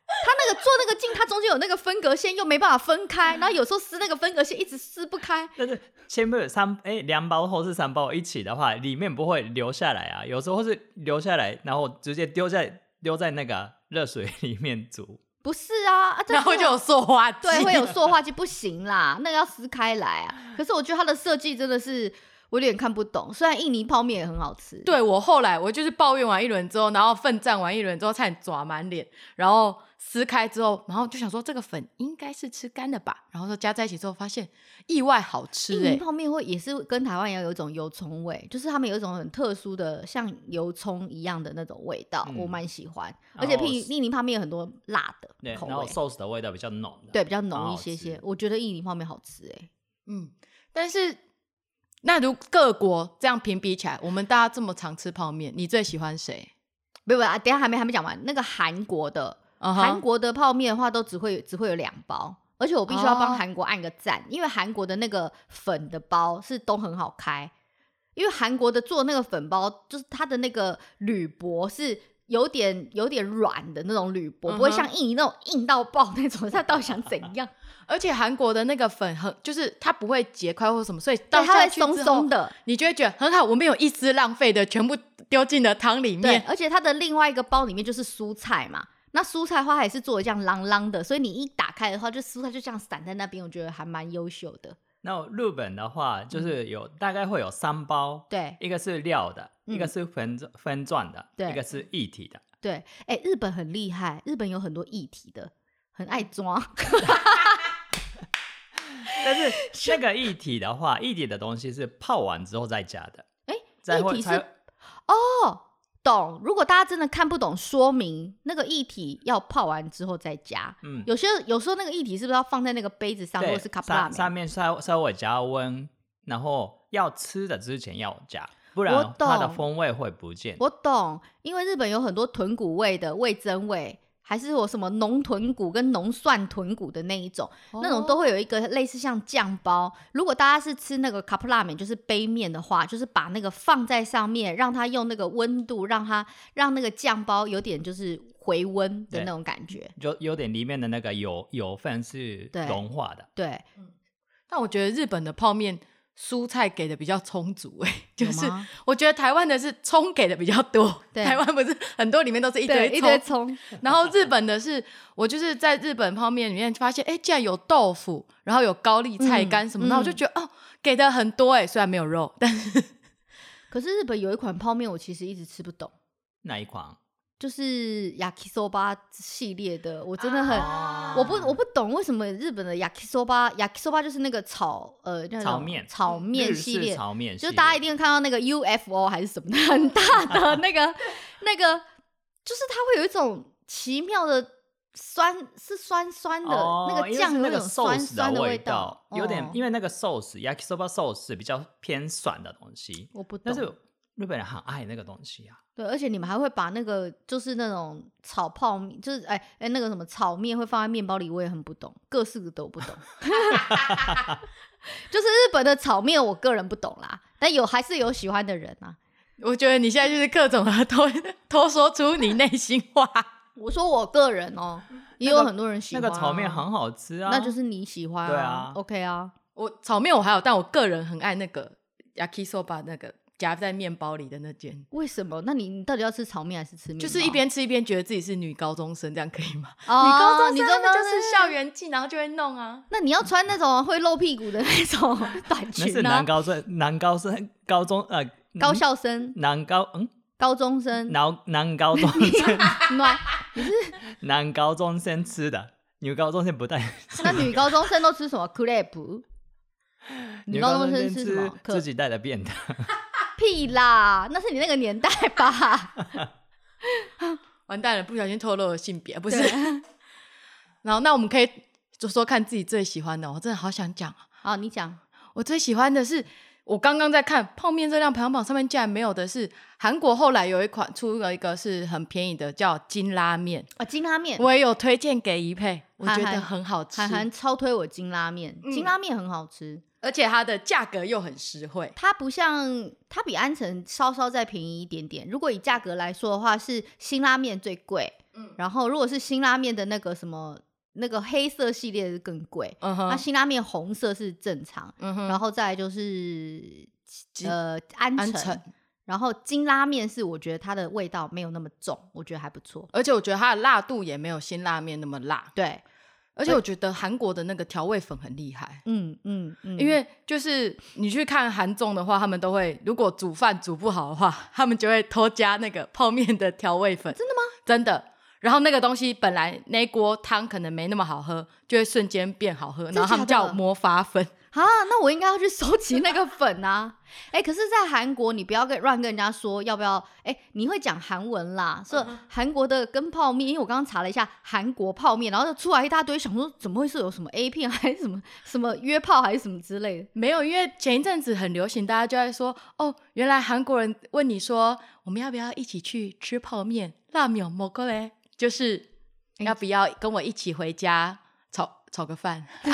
[SPEAKER 1] 他那个坐那个近，他中间有那个分隔线，又没办法分
[SPEAKER 2] 嗯
[SPEAKER 1] 开，然后有时候撕那个分隔线一直撕不开。
[SPEAKER 3] 但是前面有三哎两包或是三包一起的话，里面不会留下来啊。有时候是留下来，然后直接丢在丢在那个热水里面煮。
[SPEAKER 1] 不是啊，啊这
[SPEAKER 2] 然后
[SPEAKER 1] 是
[SPEAKER 2] 就有塑化剂，
[SPEAKER 1] 对，会有塑化剂，不行啦，那个要撕开来啊。可是我觉得它的设计真的是我有点看不懂，虽然印尼泡面也很好吃，，
[SPEAKER 2] 对我后来我就是抱怨完一轮之后，然后奋战完一轮之后，差点抓满脸，然后撕开之后，然后就想说这个粉应该是吃干的吧，然后说加在一起之后发现意外好吃
[SPEAKER 1] 印
[SPEAKER 2] 哎、
[SPEAKER 1] 尼泡面会也是跟台湾一样有一种油葱味，就是他们有一种很特殊的像油葱一样的那种味道，
[SPEAKER 3] 嗯
[SPEAKER 1] 我蛮喜欢。
[SPEAKER 3] 然
[SPEAKER 1] 而且
[SPEAKER 3] 后
[SPEAKER 1] 印尼印尼泡面有很多辣
[SPEAKER 3] 对，
[SPEAKER 1] 的口
[SPEAKER 3] 然后
[SPEAKER 1] 味，
[SPEAKER 3] sauce 的味道比较浓的。
[SPEAKER 1] 对，比较浓
[SPEAKER 3] 好
[SPEAKER 1] 一些些
[SPEAKER 3] 吃。
[SPEAKER 1] 我觉得印尼泡面好吃哎、
[SPEAKER 2] 嗯，但是那如各国这样评比起来，我们大家这么常吃泡面，你最喜欢谁？
[SPEAKER 1] 不不啊，等一下还没还没讲完，那个韩国的。
[SPEAKER 2] 嗯哼
[SPEAKER 1] 韩国的泡面的话，都只会只会有两包，而且我必须要
[SPEAKER 2] 哦
[SPEAKER 1] 帮韩国按个赞，因为韩国的那个粉的包是都很好开，因为韩国的做那个粉包，就是它的那个铝箔是。有点有点软的那种铝箔，
[SPEAKER 2] 嗯哼
[SPEAKER 1] 不会像印尼那种硬到爆那种。它到底想怎 样？
[SPEAKER 2] 而且韩国的那个粉很，就是它不会结块或什么，所以
[SPEAKER 1] 对，
[SPEAKER 2] 到
[SPEAKER 1] 它
[SPEAKER 2] 下
[SPEAKER 1] 会
[SPEAKER 2] 去之后
[SPEAKER 1] 松松，的。
[SPEAKER 2] 你就会觉得很好，我没有一丝浪费的，全部丢进了汤里
[SPEAKER 1] 对，
[SPEAKER 2] 面。
[SPEAKER 1] 而且它的另外一个包里面就是蔬菜嘛。那蔬菜的话还是做的这样啷啷的，所以你一打开的话，就蔬菜就这样散在那边，我觉得还蛮优秀的。
[SPEAKER 3] 那日本的话，就是有、大概会有三包，
[SPEAKER 1] 嗯对
[SPEAKER 3] 一个是料的，
[SPEAKER 1] 嗯
[SPEAKER 3] 一个是分分装的，
[SPEAKER 1] 对
[SPEAKER 3] 一个是一体 的。
[SPEAKER 1] 对，哎、日本很厉害，日本有很多议题的，很爱抓。
[SPEAKER 3] 但是那个一体的话，一体的东西是泡完之后再加的，
[SPEAKER 1] 哎、
[SPEAKER 3] 再
[SPEAKER 1] 议
[SPEAKER 3] 会
[SPEAKER 1] 题
[SPEAKER 3] 才
[SPEAKER 1] 是哦，懂。如果大家真的看不懂说明，那个议题要泡完之后再加。
[SPEAKER 3] 嗯，
[SPEAKER 1] 有些有时候那个议题是不是要放在那个杯子上，或
[SPEAKER 3] 对
[SPEAKER 1] 者是卡布拉
[SPEAKER 3] 上
[SPEAKER 1] 梅？
[SPEAKER 3] 上面稍稍微加温，然后要吃的之前要加，不
[SPEAKER 1] 我
[SPEAKER 3] 然它的
[SPEAKER 1] 懂
[SPEAKER 3] 风味会不见。
[SPEAKER 1] 我懂，因为日本有很多豚骨味的味增味，还是有什么浓豚骨跟浓蒜豚骨的那一种，那
[SPEAKER 2] 哦
[SPEAKER 1] 种都会有一个类似像酱包。如果大家是吃那个卡布拉面，就是杯面的话，就是把那个放在上面，让它用那个温度，让它让那个酱包有点就是回温的
[SPEAKER 3] 对
[SPEAKER 1] 那种感觉。
[SPEAKER 3] 就有点里面的那个油油分是
[SPEAKER 1] 对
[SPEAKER 3] 融化的，
[SPEAKER 1] 对，
[SPEAKER 2] 但我觉得日本的泡面蔬菜给的比较充足、欸，哎， 就是
[SPEAKER 1] 有吗
[SPEAKER 2] 我觉得台湾的是葱给的比较多，
[SPEAKER 1] 对
[SPEAKER 2] 台湾不是很多里面都是一
[SPEAKER 1] 对
[SPEAKER 2] 堆
[SPEAKER 1] 一
[SPEAKER 2] 葱
[SPEAKER 1] 堆葱，
[SPEAKER 2] 然后日本的是，我就是在日本泡面里面发现，哎，竟然有豆腐，然后有高丽菜干什么，
[SPEAKER 1] 嗯
[SPEAKER 2] 那、我就觉得哦，给的很多哎、虽然没有肉，但是
[SPEAKER 1] 可是日本有一款泡面，我其实一直吃不懂，
[SPEAKER 3] 哪一款？
[SPEAKER 1] 就是 yakisoba 系列的，我真的很，
[SPEAKER 2] 啊
[SPEAKER 1] 我不我不懂为什么日本的 yakisoba yakisoba 就是那个炒呃叫什么
[SPEAKER 3] 炒面
[SPEAKER 1] 炒面
[SPEAKER 3] 日
[SPEAKER 1] 系
[SPEAKER 3] 式
[SPEAKER 1] 列，
[SPEAKER 3] 炒面系
[SPEAKER 1] 就
[SPEAKER 3] 列，
[SPEAKER 1] 大家一定看到那个 UFO 还是什么的，很大的 那个那个，就是它会有一种奇妙的酸，是酸酸的、
[SPEAKER 3] 哦
[SPEAKER 1] 那个
[SPEAKER 3] 因为
[SPEAKER 1] 酱
[SPEAKER 3] 是
[SPEAKER 1] 有
[SPEAKER 3] 那
[SPEAKER 1] 那
[SPEAKER 3] 个
[SPEAKER 1] 种酸
[SPEAKER 3] sauce
[SPEAKER 1] 酸
[SPEAKER 3] 的
[SPEAKER 1] 味
[SPEAKER 3] 道，有点
[SPEAKER 1] 哦
[SPEAKER 3] 因为那个 sauce yakisoba sauce 比较偏酸的东西，
[SPEAKER 1] 我不懂
[SPEAKER 3] 但。是日本人很爱那个东西啊。
[SPEAKER 1] 对，而且你们还会把那个就是那种炒泡面，就是哎哎那个什么炒面会放在面包里，我也很不懂，各式的都不懂。 就是日本的炒面，我个人不懂啦，但有还是有喜欢的人啊。
[SPEAKER 2] 我觉得你现在就是各种的都都说出你内心话。
[SPEAKER 1] 我说我个人哦，也有很多人喜
[SPEAKER 3] 那
[SPEAKER 1] 欢、
[SPEAKER 3] 个炒面很好吃啊，
[SPEAKER 1] 那就是你喜欢、
[SPEAKER 3] 对啊
[SPEAKER 1] ，OK 啊，
[SPEAKER 2] 我炒面我还有，但我个人很爱那个 yakisoba 那个夹在面包里的那间。
[SPEAKER 1] 为什么？那你你到底要吃炒面还是吃面包？
[SPEAKER 2] 就是一边吃一边觉得自己是女高中生，这样可以吗？
[SPEAKER 1] 哦，
[SPEAKER 2] 女高中生
[SPEAKER 1] 你知道
[SPEAKER 2] 那就是校园季，然后就会弄啊。
[SPEAKER 1] 那你要穿那种会露屁股的 那种短
[SPEAKER 3] 那是
[SPEAKER 1] 裙啊
[SPEAKER 3] 男，高生、男高生、高中呃
[SPEAKER 1] 高校生、
[SPEAKER 3] 男高嗯
[SPEAKER 1] 高中生、
[SPEAKER 3] 男男高 中生
[SPEAKER 1] 暖，
[SPEAKER 3] 男高中生吃的，女高中生不带吃。
[SPEAKER 1] 那女高中生都吃什么 crepe？女高中生吃
[SPEAKER 3] 生
[SPEAKER 1] 什么？可
[SPEAKER 3] 自己带的便当，
[SPEAKER 1] 屁啦，那是你那个年代吧？
[SPEAKER 2] 完蛋了，不小心透露了性别，不是
[SPEAKER 1] 对。
[SPEAKER 2] 然后，那我们可以就说看自己最喜欢的，我真的好想讲啊！
[SPEAKER 1] 啊，你讲
[SPEAKER 2] 我最喜欢的是，我刚刚在看泡面热量排行榜上面竟然没有的是，韩国后来有一款出了一个是很便宜的叫金拉面，
[SPEAKER 1] 啊，金拉面，
[SPEAKER 2] 我也有推荐给怡佩，我觉
[SPEAKER 1] 韩
[SPEAKER 2] 得
[SPEAKER 1] 寒
[SPEAKER 2] 很好吃，
[SPEAKER 1] 韩寒超推我金拉面，
[SPEAKER 2] 嗯
[SPEAKER 1] 金拉面很好吃，
[SPEAKER 2] 而且它的价格又很实惠。
[SPEAKER 1] 它不像它比安城稍稍再便宜一点点。如果以价格来说的话，是辛拉面最贵，
[SPEAKER 2] 嗯
[SPEAKER 1] 然后如果是辛拉面的那个什么那个黑色系列是更贵，
[SPEAKER 2] 嗯
[SPEAKER 1] 那
[SPEAKER 2] 哼，
[SPEAKER 1] 辛拉面红色是正常，
[SPEAKER 2] 嗯哼，
[SPEAKER 1] 然后再来就是
[SPEAKER 2] 金
[SPEAKER 1] 呃安
[SPEAKER 2] 安
[SPEAKER 1] 城，
[SPEAKER 2] 城
[SPEAKER 1] 然后金拉面是我觉得它的味道没有那么重，我觉得还不错。
[SPEAKER 2] 而且我觉得它的辣度也没有辛拉面那么辣，
[SPEAKER 1] 对，
[SPEAKER 2] 而且我觉得韩国的那个调味粉很厉害。
[SPEAKER 1] 嗯嗯嗯，
[SPEAKER 2] 因为就是你去看韩综的话，他们都会如果煮饭煮不好的话，他们就会偷加那个泡面的调味粉。真的吗？真的。然后那个东西本来那一锅汤可能没那么好喝，就会瞬间变好喝，
[SPEAKER 1] 真
[SPEAKER 2] 然后他们
[SPEAKER 1] 假的
[SPEAKER 2] 叫魔法粉。
[SPEAKER 1] 啊，那我应该要去收集那个粉啊。哎、可是，在韩国你不要跟乱跟人家说要不要。哎、你会讲韩文啦，所以
[SPEAKER 2] 嗯
[SPEAKER 1] 韩国的跟泡面，因为我刚刚查了一下韩国泡面，然后就出来一大堆，想说怎么会是有什么 A 片 还是什么什么约炮还是什么之类的。
[SPEAKER 2] 没有，因为前一阵子很流行，大家就在说哦，原来韩国人问你说我们要不要一起去吃泡面、辣面、蘑菇嘞，就是要不要跟我一起回家炒炒个 饭？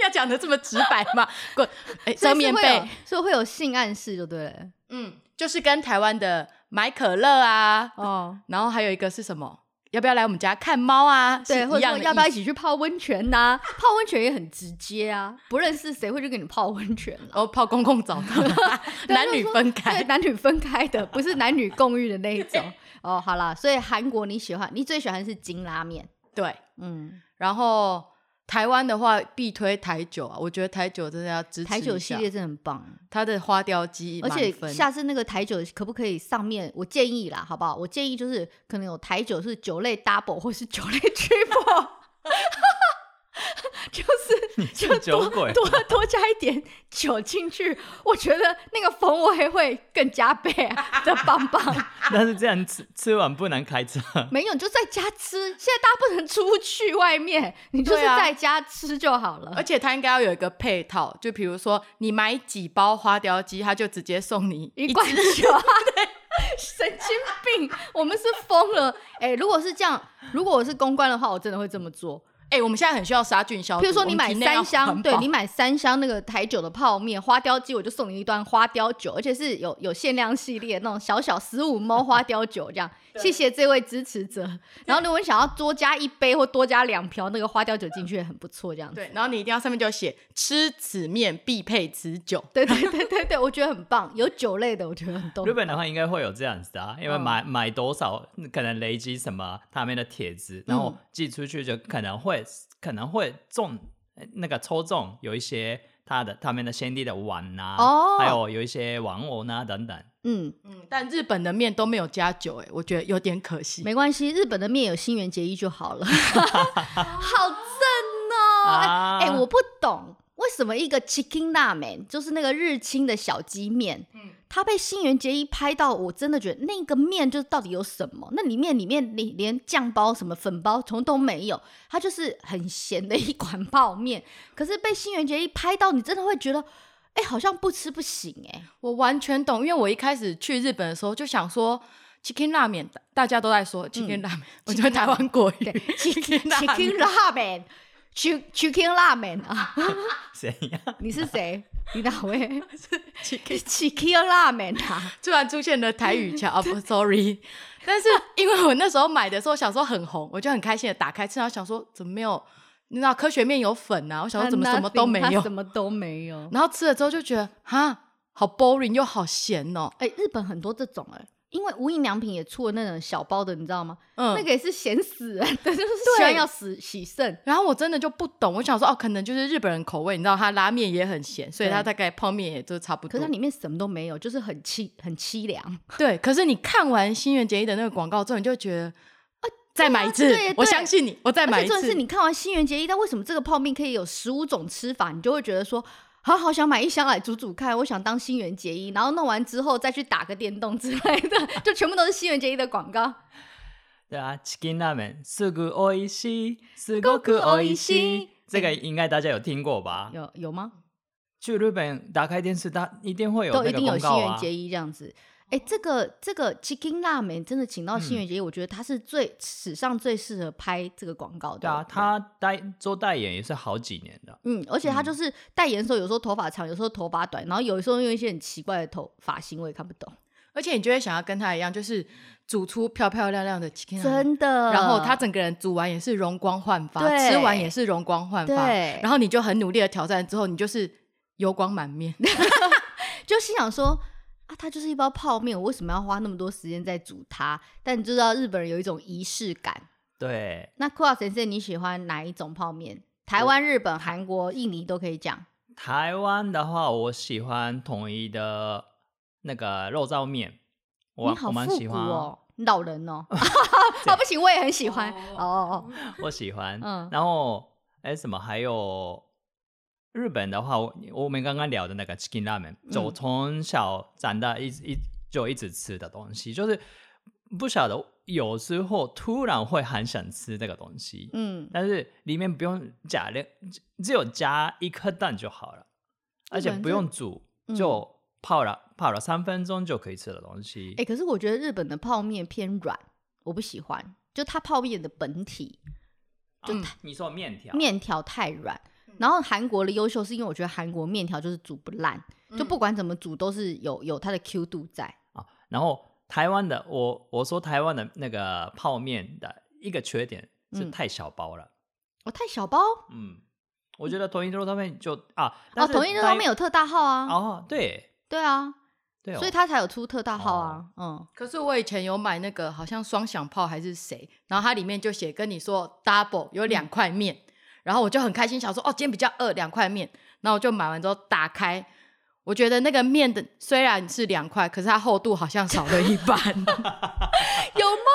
[SPEAKER 2] 要讲的这么直白吗？滚！
[SPEAKER 1] 所
[SPEAKER 2] 哎，
[SPEAKER 1] 以
[SPEAKER 2] 折
[SPEAKER 1] 是
[SPEAKER 2] 棉
[SPEAKER 1] 会有
[SPEAKER 2] 被，，
[SPEAKER 1] 所以会有性暗示就对了。
[SPEAKER 2] 嗯，就是跟台湾的买可乐啊，
[SPEAKER 1] 哦，
[SPEAKER 2] 然后还有一个是什么？要不要来我们家看猫啊？
[SPEAKER 1] 对，
[SPEAKER 2] 是
[SPEAKER 1] 或
[SPEAKER 2] 一
[SPEAKER 1] 者
[SPEAKER 2] 样
[SPEAKER 1] 说
[SPEAKER 2] 的
[SPEAKER 1] 要不要
[SPEAKER 2] 意
[SPEAKER 1] 一
[SPEAKER 2] 思？
[SPEAKER 1] 起去泡温泉呐、泡温泉也很直接啊，不认识谁会去跟你泡温泉啦。
[SPEAKER 2] 哦，泡公共澡堂，啊
[SPEAKER 1] 对
[SPEAKER 2] 男女分 开
[SPEAKER 1] 对，。男女分开 的，不是男女共浴的那一种。哦，好啦，所以韩国你喜欢，你最喜欢是金拉面，
[SPEAKER 2] 对，
[SPEAKER 1] 嗯，
[SPEAKER 2] 然后台湾的话，必推台酒啊，我觉得台酒真的要支持一下
[SPEAKER 1] 台酒系列，真的很棒，
[SPEAKER 2] 它的花雕鸡
[SPEAKER 1] 而
[SPEAKER 2] 满
[SPEAKER 1] 且
[SPEAKER 2] 分，
[SPEAKER 1] 下次那个台酒可不可以上面？我建议啦，好不好？我建议就是可能有台酒是酒类 double 或是酒类 triple，就是就多
[SPEAKER 3] 酒鬼
[SPEAKER 1] 多多加一点酒进去，我觉得那个风味会更加倍 啊的棒棒。
[SPEAKER 3] 但是这样吃吃完不能开车。
[SPEAKER 1] 没有，你就在家吃。现在大家不能出去外面， 你就是
[SPEAKER 2] 对啊
[SPEAKER 1] 在家吃就好了。
[SPEAKER 2] 而且它应该要有一个配套，就比如说你买几包花雕鸡，它就直接送你
[SPEAKER 1] 一
[SPEAKER 2] 只
[SPEAKER 1] 罐酒啊， 神经病，我们是疯了。哎、如果是这样，如果我是公关的话，我真的会这么做。
[SPEAKER 2] 哎、我们现在很需要杀菌消毒。
[SPEAKER 1] 比如说你买三箱，对你
[SPEAKER 2] 买
[SPEAKER 1] 买三箱那个台酒的泡面花雕鸡，我就送你一段花雕酒，而且是有有限量系列那种小小十五猫花雕酒这样。谢谢这位支持者。然后如果你想要多加一杯或多加两瓢那个花雕酒进去，也很不错这样子。
[SPEAKER 2] 对，然后你一定要上面就写吃此面必配此酒。
[SPEAKER 1] 对对对对对，我觉得很棒。有酒类的，我觉得很多。
[SPEAKER 3] 日本的话应该会有这样子啊，因为
[SPEAKER 1] 嗯
[SPEAKER 3] 买、买多少，可能累积什么他们的帖子，然后寄出去就可能会、可能会中呃那个抽中有一些他的他们的先帝的碗呐、
[SPEAKER 1] 哦
[SPEAKER 3] 还有有一些玩偶呐、等等。
[SPEAKER 1] 嗯，
[SPEAKER 2] 嗯，但日本的面都没有加酒、哎，我觉得有点可惜。
[SPEAKER 1] 没关系，日本的面有新垣结衣就好了。 好正哦！哎、
[SPEAKER 3] 啊
[SPEAKER 1] 哎、我不懂为什么一个 Chicken Ramen 就是那个日清的小鸡面，
[SPEAKER 2] 嗯
[SPEAKER 1] 它被新垣结衣拍到，我真的觉得那个面就是到底有什么？那里面里面连连酱包什么粉包从都没有，它就是很咸的一款 泡面。可是被新垣结衣拍到，你真的会觉得，哎、好像不吃不行哎、
[SPEAKER 2] 我完全懂，因为我一开始去日本的时候就想说 chicken 拉面，大家都在说 chicken 拉面，我觉得台湾国语
[SPEAKER 1] 嗯 对
[SPEAKER 2] chicken
[SPEAKER 1] Chicken Ramen。Chi- Chicken Ramen 啊，
[SPEAKER 3] 谁呀？
[SPEAKER 1] 你是 谁？你哪位
[SPEAKER 2] chicken，
[SPEAKER 1] ？Chicken Ramen 啊，
[SPEAKER 2] 突然出现了台 语桥，啊不，sorry。但是因为我那时候买的时候想说很红，我就很开心的打开吃，然后想说怎么没有，你知道科学面有粉啊，我想说怎么什么都没
[SPEAKER 1] 它
[SPEAKER 2] 有
[SPEAKER 1] 什，么都没有。
[SPEAKER 2] 然后吃了之后就觉得哈，好 boring 又好咸哦，
[SPEAKER 1] 哎、日本很多这种哎、因为无印良品也出了那种小包的，你知道吗？
[SPEAKER 2] 嗯，
[SPEAKER 1] 那个也是咸死人 的，就是希望要死洗肾。
[SPEAKER 2] 然后我真的就不懂，我想说哦，可能就是日本人口味，你知道他拉面也很咸，所以他
[SPEAKER 1] 对
[SPEAKER 2] 大概泡面也就差不
[SPEAKER 1] 可
[SPEAKER 2] 多。
[SPEAKER 1] 是它里面什么都没有，就是很凄很凄凉。
[SPEAKER 2] 对，可是你看完新垣结衣的那个广告之后，你就觉得，哦再买一次，
[SPEAKER 1] 对
[SPEAKER 2] 我
[SPEAKER 1] 对
[SPEAKER 2] 相信你，我再
[SPEAKER 1] 而
[SPEAKER 2] 买
[SPEAKER 1] 且
[SPEAKER 2] 一
[SPEAKER 1] 重
[SPEAKER 2] 次。
[SPEAKER 1] 点是你看完新垣结衣，但为什么这个泡面可以有十五种吃法，你就会觉得说。好好想买一箱来煮煮看，我想当新垣结衣，然后弄完之后再去打个电动之类的，就全部都是新垣结衣的广告。
[SPEAKER 3] 对啊，Chicken Ramen，すぐおいしい，すごくおいしい。这个应该大家有听过吧？
[SPEAKER 1] 有有吗？
[SPEAKER 3] 去日本打开电视，它一定会有
[SPEAKER 1] 都
[SPEAKER 3] 那
[SPEAKER 1] 一
[SPEAKER 3] 个
[SPEAKER 1] 定有
[SPEAKER 3] 广
[SPEAKER 1] 新
[SPEAKER 3] 告
[SPEAKER 1] 垣
[SPEAKER 3] 啊。
[SPEAKER 1] 结衣这样子。哎、这个这个 Chicken Ramen 真的请到新垣
[SPEAKER 3] 嗯
[SPEAKER 1] 结衣，我觉得他是最史上最适合拍这个广告的。
[SPEAKER 3] 对啊，他代做代言也是好几年的。
[SPEAKER 1] 嗯，而且他就是代言的时候，有时候头发长，有时候头发短，然后有时候用一些很奇怪的头发型，我也看不懂。
[SPEAKER 2] 而且你就会想要跟他一样，就是煮出漂漂亮亮的 chicken，ramen，
[SPEAKER 1] 真的。
[SPEAKER 2] 啊然后他整个人煮完也是容光焕发，
[SPEAKER 1] 对
[SPEAKER 2] 吃完也是容光焕发，
[SPEAKER 1] 对
[SPEAKER 2] 然后你就很努力的挑战之后，你就是油光满面。
[SPEAKER 1] 就心想说。啊，它就是一包泡面，我为什么要花那么多时间在煮它？但你知道日本人有一种仪式感。
[SPEAKER 3] 对，
[SPEAKER 1] 那酷老先生，你喜欢哪一种泡面？台湾、日本、韩国、印尼都可以讲。
[SPEAKER 3] 台湾的话，我喜欢统一的那个肉燥面，我
[SPEAKER 1] 你好
[SPEAKER 3] 我蛮
[SPEAKER 1] 复
[SPEAKER 3] 喜
[SPEAKER 1] 古
[SPEAKER 3] 欢，啊
[SPEAKER 1] 哦，老人 哦， 啊不行，我也很喜欢哦哦，哦
[SPEAKER 3] 我喜欢。
[SPEAKER 1] 嗯
[SPEAKER 3] 然后哎，什么还有日本的话，我我们刚刚聊的那个 chicken ramen，就
[SPEAKER 1] 嗯
[SPEAKER 3] 我从小长大一直一就一直吃的东西，就是不晓得有时候突然会很想吃这个东西，
[SPEAKER 1] 嗯，
[SPEAKER 3] 但是里面不用加料，只只有加一颗蛋就好了，而且
[SPEAKER 1] 本
[SPEAKER 3] 不
[SPEAKER 1] 真
[SPEAKER 3] 用煮，
[SPEAKER 1] 嗯
[SPEAKER 3] 就泡了、泡了三分钟就可以吃的东西。
[SPEAKER 1] 哎，可是我觉得日本的泡面偏软，我不喜欢，就它泡面的本体
[SPEAKER 3] 啊你说面条，
[SPEAKER 1] 面条太软。
[SPEAKER 3] 嗯
[SPEAKER 1] 然后韩国的优秀是因为我觉得韩国面条就是煮不烂，
[SPEAKER 3] 嗯
[SPEAKER 1] 就不管怎么煮都是有有它的 Q 度在。
[SPEAKER 3] 然后台湾的我我说台湾的那个泡面的一个缺点是
[SPEAKER 1] 嗯
[SPEAKER 3] 太小包了，
[SPEAKER 1] 哦，太小包
[SPEAKER 3] 嗯，我觉得统一肉汤面就啊，但
[SPEAKER 1] 哦，
[SPEAKER 3] 是
[SPEAKER 1] 统一热汤
[SPEAKER 3] 台
[SPEAKER 1] 面有特大号啊，
[SPEAKER 3] 哦，对
[SPEAKER 1] 对啊，
[SPEAKER 2] 哎
[SPEAKER 3] 对、哦，
[SPEAKER 1] 所以它才有出特大号啊，嗯，
[SPEAKER 2] 可是我以前有买那个好像双响炮还是谁，然后它里面就写跟你说 double 有
[SPEAKER 1] 嗯
[SPEAKER 2] 两块面，然后我就很开心，想说哦今天比较饿两块面，然后我就买完之后打开，我觉得那个面的虽然是两块，可是它厚度好像少了一半， 有吗？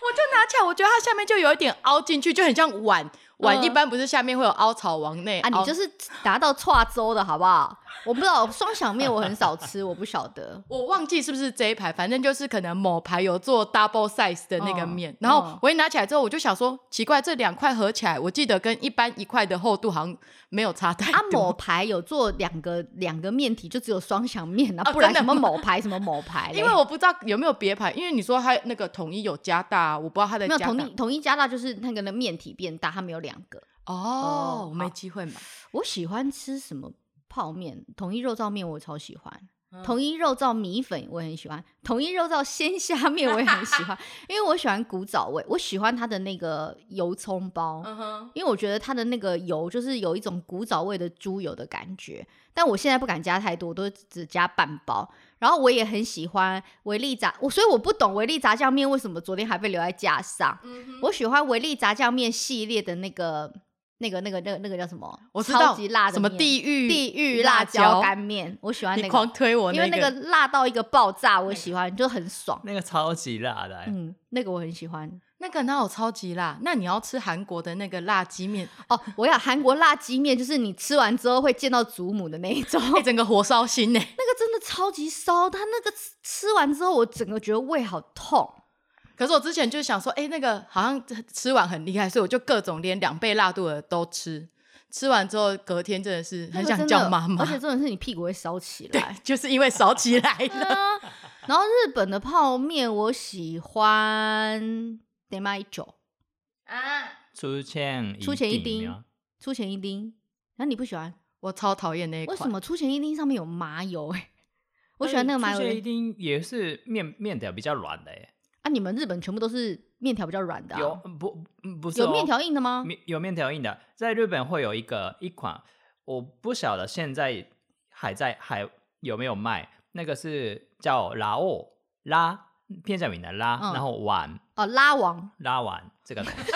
[SPEAKER 2] 我就拿起来，我觉得它下面就有一点凹进去，就很像碗。碗
[SPEAKER 1] 嗯
[SPEAKER 2] 一般不是下面会有凹槽往内
[SPEAKER 1] 啊，
[SPEAKER 2] 凹
[SPEAKER 1] 你就是达到跨州的好不好？我不知道双响面我很少吃，我不晓得。
[SPEAKER 2] 我忘记是不是这一排，反正就是可能某排有做 double size 的那个
[SPEAKER 1] 嗯
[SPEAKER 2] 面，然后
[SPEAKER 1] 嗯
[SPEAKER 2] 我一拿起来之后，我就想说，奇怪，这两块合起来，我记得跟一般一块的厚度好像没有差太
[SPEAKER 1] 啊，某
[SPEAKER 2] 多。
[SPEAKER 1] 牌有做两个两个面体，就只有双响面啊，
[SPEAKER 2] 哦
[SPEAKER 1] 不然
[SPEAKER 2] 真
[SPEAKER 1] 什
[SPEAKER 2] 的
[SPEAKER 1] 么
[SPEAKER 2] 吗
[SPEAKER 1] 某牌什么某牌嘞，
[SPEAKER 2] 因为我不知道有没有别排，因为你说它那个统一有加大啊，我不知道它的
[SPEAKER 1] 没有
[SPEAKER 2] 加
[SPEAKER 1] 统
[SPEAKER 2] 大
[SPEAKER 1] 一统一加大就是那个的面体变大，它没有两个。
[SPEAKER 2] 哦
[SPEAKER 1] 哦，
[SPEAKER 2] 我没
[SPEAKER 1] 好
[SPEAKER 2] 机会买。
[SPEAKER 1] 我喜欢吃什么泡面？统一肉燥面我超喜欢，
[SPEAKER 2] 嗯
[SPEAKER 1] 统一肉燥米粉我也很喜欢，统一肉燥鲜虾面我也很 喜欢，因为我喜欢古早味，我喜欢它的那个油葱包。
[SPEAKER 2] 嗯哼，
[SPEAKER 1] 因为我觉得它的那个油就是有一种古早味的猪油的感觉，但我现在不敢加太多，我都只加半包。然后我也很喜欢维力炸，我所以我不懂维力炸酱面为什么昨天还被留在架上。
[SPEAKER 2] 嗯
[SPEAKER 1] 我喜欢维力炸酱面系列的那个、那个、那个、那个、那个叫什么？
[SPEAKER 2] 我知
[SPEAKER 1] 超
[SPEAKER 2] 道
[SPEAKER 1] 级辣的
[SPEAKER 2] 什么
[SPEAKER 1] 面
[SPEAKER 2] 地狱
[SPEAKER 1] 地狱
[SPEAKER 2] 辣
[SPEAKER 1] 辣椒
[SPEAKER 2] 椒
[SPEAKER 1] 干面，我喜欢那
[SPEAKER 2] 你
[SPEAKER 1] 个，
[SPEAKER 2] 狂推我，
[SPEAKER 1] 因为那个辣到一个爆炸，我喜欢，就很爽。
[SPEAKER 3] 那个超级辣的、欸，
[SPEAKER 1] 嗯，那个我很喜欢。
[SPEAKER 2] 那个哪有超级辣？那你要吃韩国的那个辣鸡面，
[SPEAKER 1] 哦，我要韩国辣鸡面，就是你吃完之后会见到祖母的那一 种。
[SPEAKER 2] 哎，整个火烧心
[SPEAKER 1] 那
[SPEAKER 2] 呢。
[SPEAKER 1] 个真的超级烧，它那个吃吃完之后，我整个觉得胃好痛。
[SPEAKER 2] 可是我之前就想说，哎、那个好像吃完很厉害，所以我就各种连两倍辣度的都吃。吃完之后，隔天真的是很
[SPEAKER 1] 那个
[SPEAKER 2] 想
[SPEAKER 1] 真
[SPEAKER 2] 叫
[SPEAKER 1] 的
[SPEAKER 2] 妈妈
[SPEAKER 1] 而，且重点是你屁股会烧起
[SPEAKER 2] 对
[SPEAKER 1] 来。，
[SPEAKER 2] 就是因为烧起来 了。
[SPEAKER 1] 嗯然后日本的泡面，我喜欢得买酒，
[SPEAKER 3] 出现
[SPEAKER 1] 出前一
[SPEAKER 3] 丁
[SPEAKER 1] 丁
[SPEAKER 3] 啊，
[SPEAKER 1] 出前一丁。然后你不喜欢？
[SPEAKER 2] 我超讨厌那一
[SPEAKER 1] 为
[SPEAKER 2] 款，
[SPEAKER 1] 什？么出前一丁上面有麻油、欸？我喜欢那个麻
[SPEAKER 3] 出前一
[SPEAKER 1] 油的。
[SPEAKER 3] 丁也是面面条比较软的、欸，
[SPEAKER 1] 啊，你们日本全部都是面条比较软的、啊，
[SPEAKER 3] 有不嗯不是、哦、
[SPEAKER 1] 有面条硬的吗？
[SPEAKER 3] 面有面条印的，在日本会有一个一款，我不晓得现在还在还有没有卖，那个是叫拉奥拉片假名的拉，
[SPEAKER 1] 嗯
[SPEAKER 3] 然后碗
[SPEAKER 1] 哦，拉王
[SPEAKER 3] 拉碗这个东 西，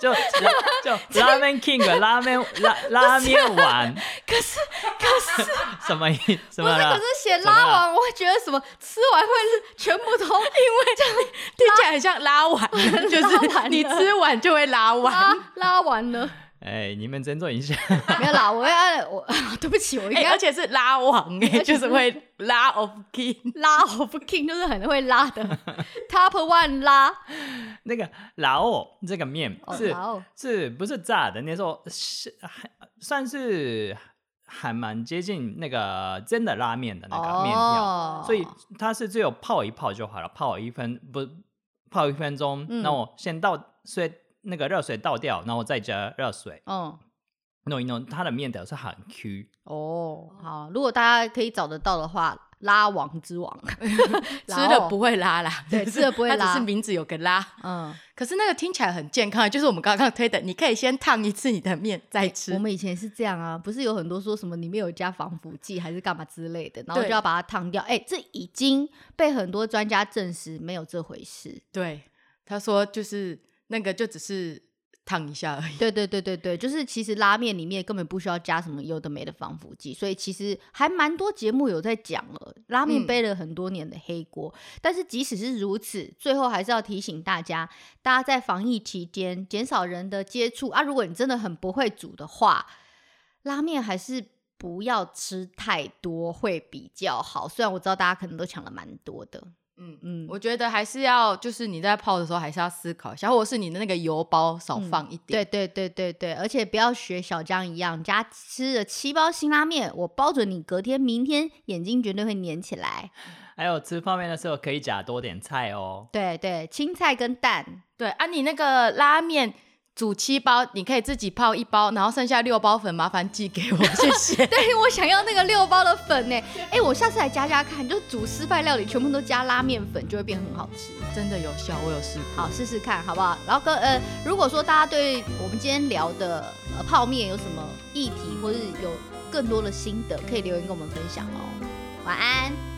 [SPEAKER 3] 就就就 ramen king 拉面拉拉面碗，可是可是 什么意什
[SPEAKER 1] 不
[SPEAKER 3] 么
[SPEAKER 1] 是，可
[SPEAKER 3] 啦
[SPEAKER 1] 是？写
[SPEAKER 3] 怎么
[SPEAKER 1] 拉
[SPEAKER 3] 了
[SPEAKER 1] 王，我会觉得什么吃完会是全部 都因为这样
[SPEAKER 2] 听起来很像拉碗，就
[SPEAKER 1] 拉
[SPEAKER 2] 是
[SPEAKER 1] 完
[SPEAKER 2] 你
[SPEAKER 1] 了
[SPEAKER 2] 吃完就会拉完。
[SPEAKER 1] 拉啊拉完了，
[SPEAKER 3] 哎，你们尊重一下，
[SPEAKER 1] 没有啦，我要我 对不起，我应
[SPEAKER 2] 哎、
[SPEAKER 1] 该
[SPEAKER 2] 而且是拉 网哎、就是会拉 off key。
[SPEAKER 1] 拉 off king，就是很会拉 的 top one 拉，
[SPEAKER 3] 那个拉奥这个面
[SPEAKER 1] 哦
[SPEAKER 3] 是
[SPEAKER 1] 拉奥
[SPEAKER 3] 是不是炸的？那时候是还算是还蛮接近那个真的拉面的那个面条，
[SPEAKER 1] 哦，
[SPEAKER 3] 所以它是只有泡一泡就好了，泡一分不泡一分钟，
[SPEAKER 1] 嗯
[SPEAKER 3] 那我先倒水那个热水倒掉，然后再加热水
[SPEAKER 2] 哦
[SPEAKER 1] 嗯
[SPEAKER 3] 弄一弄，它的面条是很 Q。
[SPEAKER 1] 哦好，如果大家可以找得到的话，拉王之 王，
[SPEAKER 2] 吃
[SPEAKER 1] 然后
[SPEAKER 2] 了不会拉啦，
[SPEAKER 1] 哦对
[SPEAKER 2] 就是
[SPEAKER 1] 吃了不会拉
[SPEAKER 2] 它只是名字有个拉。
[SPEAKER 1] 嗯，
[SPEAKER 2] 可是那个听起来很健康，就是我们刚刚推的，你可以先烫一次你的面再吃。
[SPEAKER 1] 我们以前是这样啊，不是有很多说什么里面有加防腐剂还是干嘛之类的，然后就
[SPEAKER 2] 对
[SPEAKER 1] 要把它烫掉，哎、这已经被很多专家证实没有这回事。
[SPEAKER 2] 对，他说就是那个就只是烫一下而已。
[SPEAKER 1] 对对对对对，就是其实拉面里面根本不需要加什么有的没的防腐剂，所以其实还蛮多节目有在讲了，拉面
[SPEAKER 2] 嗯
[SPEAKER 1] 背了很多年的黑锅。但是即使是如此，最后还是要提醒大家，大家在防疫期间减少人的接触啊。如果你真的很不会煮的话，拉面还是。不要吃太多会比较好，虽然我知道大家可能都抢了蛮多的，
[SPEAKER 2] 嗯，
[SPEAKER 1] 嗯，
[SPEAKER 2] 我觉得还是要就是你在泡的时候还是要思考一下，或者是你的那个油包少
[SPEAKER 1] 嗯
[SPEAKER 2] 放一点。
[SPEAKER 1] 对对对对对，而且不要学小江一样，家吃了七包辛拉面，我包准你隔天、明天眼睛绝对会粘起来。
[SPEAKER 3] 还有吃泡面的时候可以加多点菜哦。
[SPEAKER 1] 对对，青菜跟蛋，
[SPEAKER 2] 对啊，你那个拉面煮七包，你可以自己泡一包，然后剩下六包粉麻烦寄给我，谢谢。
[SPEAKER 1] 对 我想要那个六包的粉呢、哎，我下次来加加看，就煮失败料理全部都加拉面粉，就会变很好吃。
[SPEAKER 2] 真的有效，我有试过。
[SPEAKER 1] 好，试试看好不好？然后跟呃，如果说大家对我们今天聊的呃泡面有什么议题，或是有更多的心得，可以留言跟我们分享哦。晚安。